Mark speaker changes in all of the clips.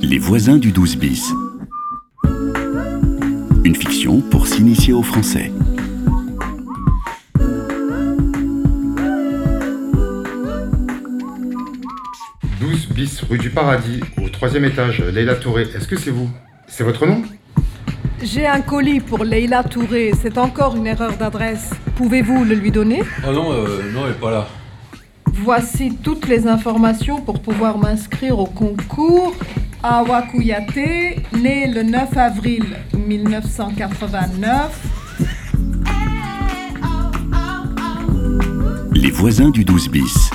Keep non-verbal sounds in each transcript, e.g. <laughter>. Speaker 1: Les voisins du 12 bis. Une fiction pour s'initier au français.
Speaker 2: « 12 bis rue du Paradis, au troisième étage, Leila Touré. Est-ce que c'est vous C'est votre nom
Speaker 3: J'ai un colis pour Leila Touré. C'est encore une erreur d'adresse. Pouvez-vous le lui donner
Speaker 4: Oh non, euh, non, elle est pas là.
Speaker 3: Voici toutes les informations pour pouvoir m'inscrire au concours à Wakuyate, né le 9 avril 1989.
Speaker 1: Les voisins du 12 bis.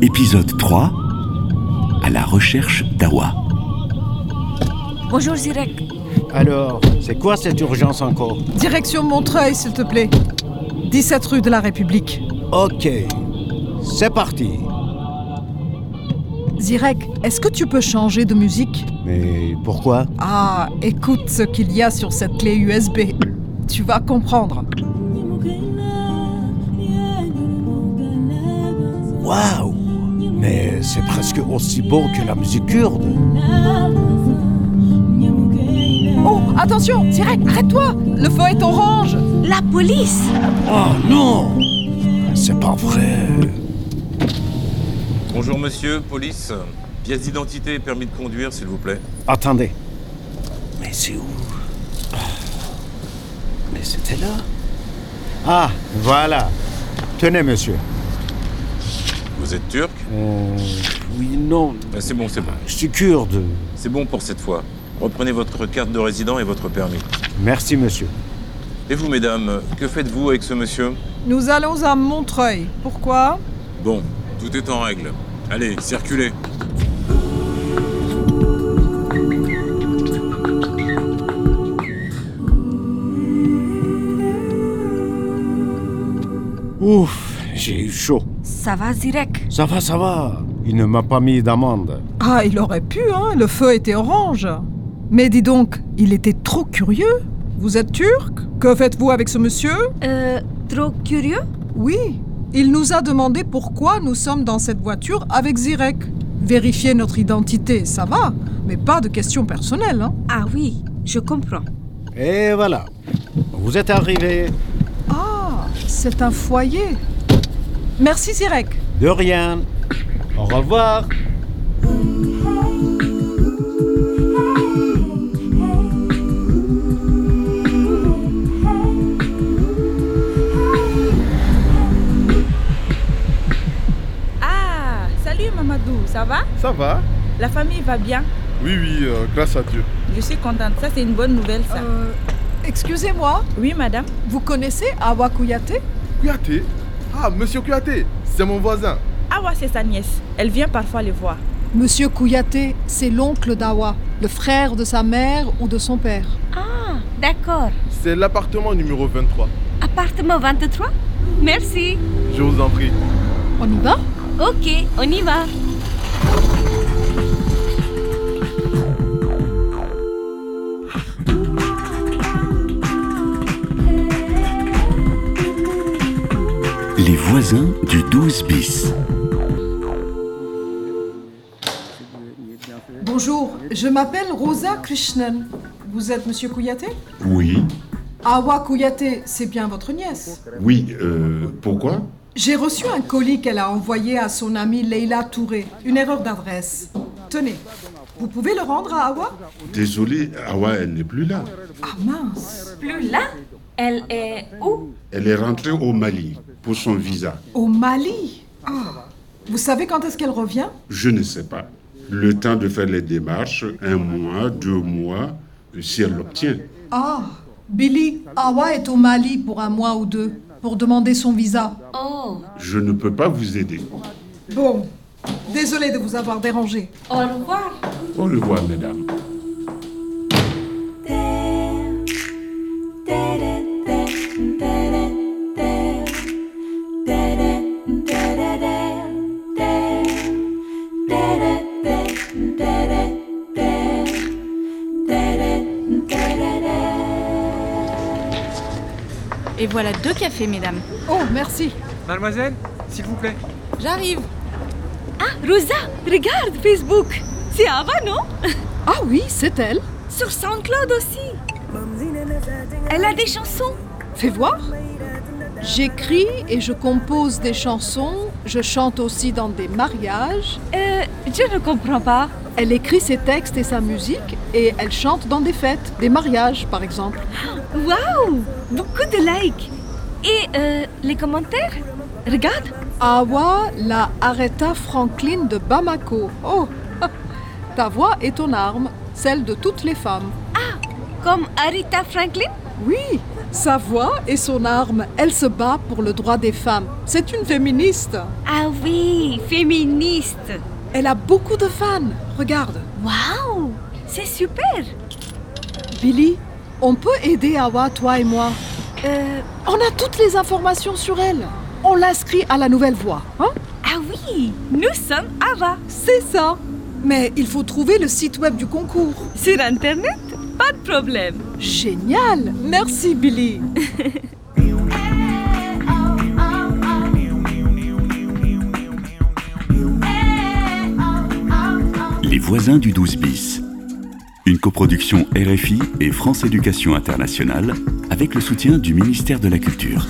Speaker 1: Épisode 3. À la recherche d'Awa.
Speaker 5: Bonjour Zirek.
Speaker 6: Alors, c'est quoi cette urgence encore
Speaker 3: Direction Montreuil, s'il te plaît. 17 rue de la République.
Speaker 6: Ok, c'est parti.
Speaker 3: Zirek, est-ce que tu peux changer de musique
Speaker 6: Mais pourquoi
Speaker 3: Ah, écoute ce qu'il y a sur cette clé USB. Tu vas comprendre.
Speaker 6: Waouh Mais c'est presque aussi beau que la musique kurde.
Speaker 3: Oh, attention, Zirek, arrête-toi Le feu est orange
Speaker 5: La police
Speaker 6: Oh non C'est pas vrai.
Speaker 7: Bonjour monsieur, police. Pièce d'identité et permis de conduire, s'il vous plaît.
Speaker 6: Attendez. Mais c'est où Ah. Mais c'était là Ah, voilà. Tenez, monsieur.
Speaker 7: Vous êtes turc
Speaker 6: Euh, oui, non,
Speaker 7: Ben, C'est bon, c'est bon.
Speaker 6: je suis kurde.
Speaker 7: C'est bon pour cette fois. Reprenez votre carte de résident et votre permis.
Speaker 6: Merci, monsieur.
Speaker 7: Et vous, mesdames, que faites-vous avec ce monsieur
Speaker 3: Nous allons à Montreuil. Pourquoi
Speaker 7: Bon, tout est en règle. Allez, circulez.
Speaker 6: Ouf, j'ai eu chaud.
Speaker 5: Ça va Zirek
Speaker 6: Ça va, ça va. Il ne m'a pas mis d'amende.
Speaker 3: Ah, il aurait pu, hein Le feu était orange. Mais dis donc, il était trop curieux. Vous êtes turc Que faites-vous avec ce monsieur
Speaker 5: Euh, trop curieux
Speaker 3: Oui, il nous a demandé pourquoi nous sommes dans cette voiture avec Zirek. Vérifier notre identité, ça va, mais pas de questions personnelles. hein.
Speaker 5: Ah oui, je comprends.
Speaker 6: Et voilà. Vous êtes arrivé.
Speaker 3: Ah, c'est un foyer. Merci Zirek.
Speaker 6: De rien. Au revoir.
Speaker 8: Ah, salut Mamadou, ça va
Speaker 2: Ça va
Speaker 8: La famille va bien
Speaker 2: Oui, oui, euh, grâce à Dieu.
Speaker 8: Je suis contente, ça c'est une bonne nouvelle ça.
Speaker 3: Euh, Excusez-moi,
Speaker 8: Oui madame,
Speaker 3: vous connaissez Awakuyate
Speaker 2: Kouyaté Ah, monsieur Kouyaté, c'est mon voisin.
Speaker 8: Awa Ah c'est sa nièce, elle vient parfois les voir.
Speaker 3: Monsieur Kouyaté, c'est l'oncle d'Awa, le frère de sa mère ou de son père.
Speaker 5: Ah, d'accord.
Speaker 2: C'est l'appartement numéro 23.
Speaker 5: Appartement 23 Merci.
Speaker 2: Je vous en prie.
Speaker 3: On y va
Speaker 5: Ok, on y va.
Speaker 1: Les voisins du 12 bis.
Speaker 3: Bonjour, je m'appelle Rosa Krishnan. Vous êtes Monsieur Kouyaté
Speaker 9: Oui,
Speaker 3: Awa Kouyaté, c'est bien votre nièce.
Speaker 9: oui, euh, pourquoi
Speaker 3: J'ai reçu un colis qu'elle a envoyé à son amie Leila Touré. Une erreur d'adresse. Tenez, vous pouvez le rendre à Awa
Speaker 9: Désolé, Awa, elle n'est plus là.
Speaker 3: Ah mince
Speaker 5: Plus là Elle est où
Speaker 9: Elle est rentrée au Mali pour son visa.
Speaker 3: Au Mali Ah Vous savez quand est-ce qu'elle revient
Speaker 9: Je ne sais pas. Le temps de faire les démarches, un mois, deux mois, si elle l'obtient.
Speaker 3: Ah Billy, Awa est au Mali pour un mois ou deux, pour demander son visa.
Speaker 5: Oh,
Speaker 9: Je ne peux pas vous aider.
Speaker 3: Bon, désolé de vous avoir dérangé.
Speaker 5: au revoir.
Speaker 9: Au revoir, mesdames.
Speaker 10: Et voilà deux cafés, mesdames.
Speaker 3: Oh, merci.
Speaker 11: Mademoiselle, s'il vous plaît.
Speaker 10: J'arrive.
Speaker 5: Ah, Rosa, regarde Facebook. C'est Ava, non
Speaker 3: Ah oui, c'est elle.
Speaker 5: Sur SoundCloud aussi. Elle a des chansons.
Speaker 3: Fais voir. J'écris et je compose des chansons, je chante aussi dans des mariages.
Speaker 5: Euh, je ne comprends pas.
Speaker 3: Elle écrit ses textes et sa musique et elle chante dans des fêtes, des mariages par exemple.
Speaker 5: Waouh Beaucoup de likes. Et euh, les commentaires Regarde.
Speaker 3: Awa la Aretha Franklin de Bamako. Oh <laughs> Ta voix est ton arme, celle de toutes les femmes.
Speaker 5: Comme Arita Franklin
Speaker 3: Oui, sa voix est son arme. Elle se bat pour le droit des femmes. C'est une féministe.
Speaker 5: Ah oui, féministe.
Speaker 3: Elle a beaucoup de fans. Regarde,
Speaker 5: Waouh C'est super.
Speaker 3: Billy, on peut aider Awa, toi et moi.
Speaker 5: Euh,
Speaker 3: On a toutes les informations sur elle. On l'inscrit à la nouvelle voix. Hein
Speaker 5: ah oui, nous sommes Ava.
Speaker 3: C'est ça. Mais il faut trouver le site web du concours.
Speaker 5: Sur Internet, pas de problème.
Speaker 3: Génial. Merci Billy.
Speaker 1: Les voisins du 12 bis. Une coproduction RFI et France Éducation Internationale avec le soutien du ministère de la Culture.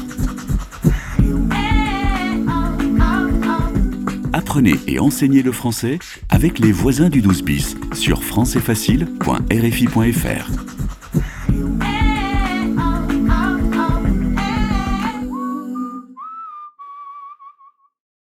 Speaker 1: Apprenez et enseignez le français avec les voisins du 12 bis sur francaisfacile.rfi.fr.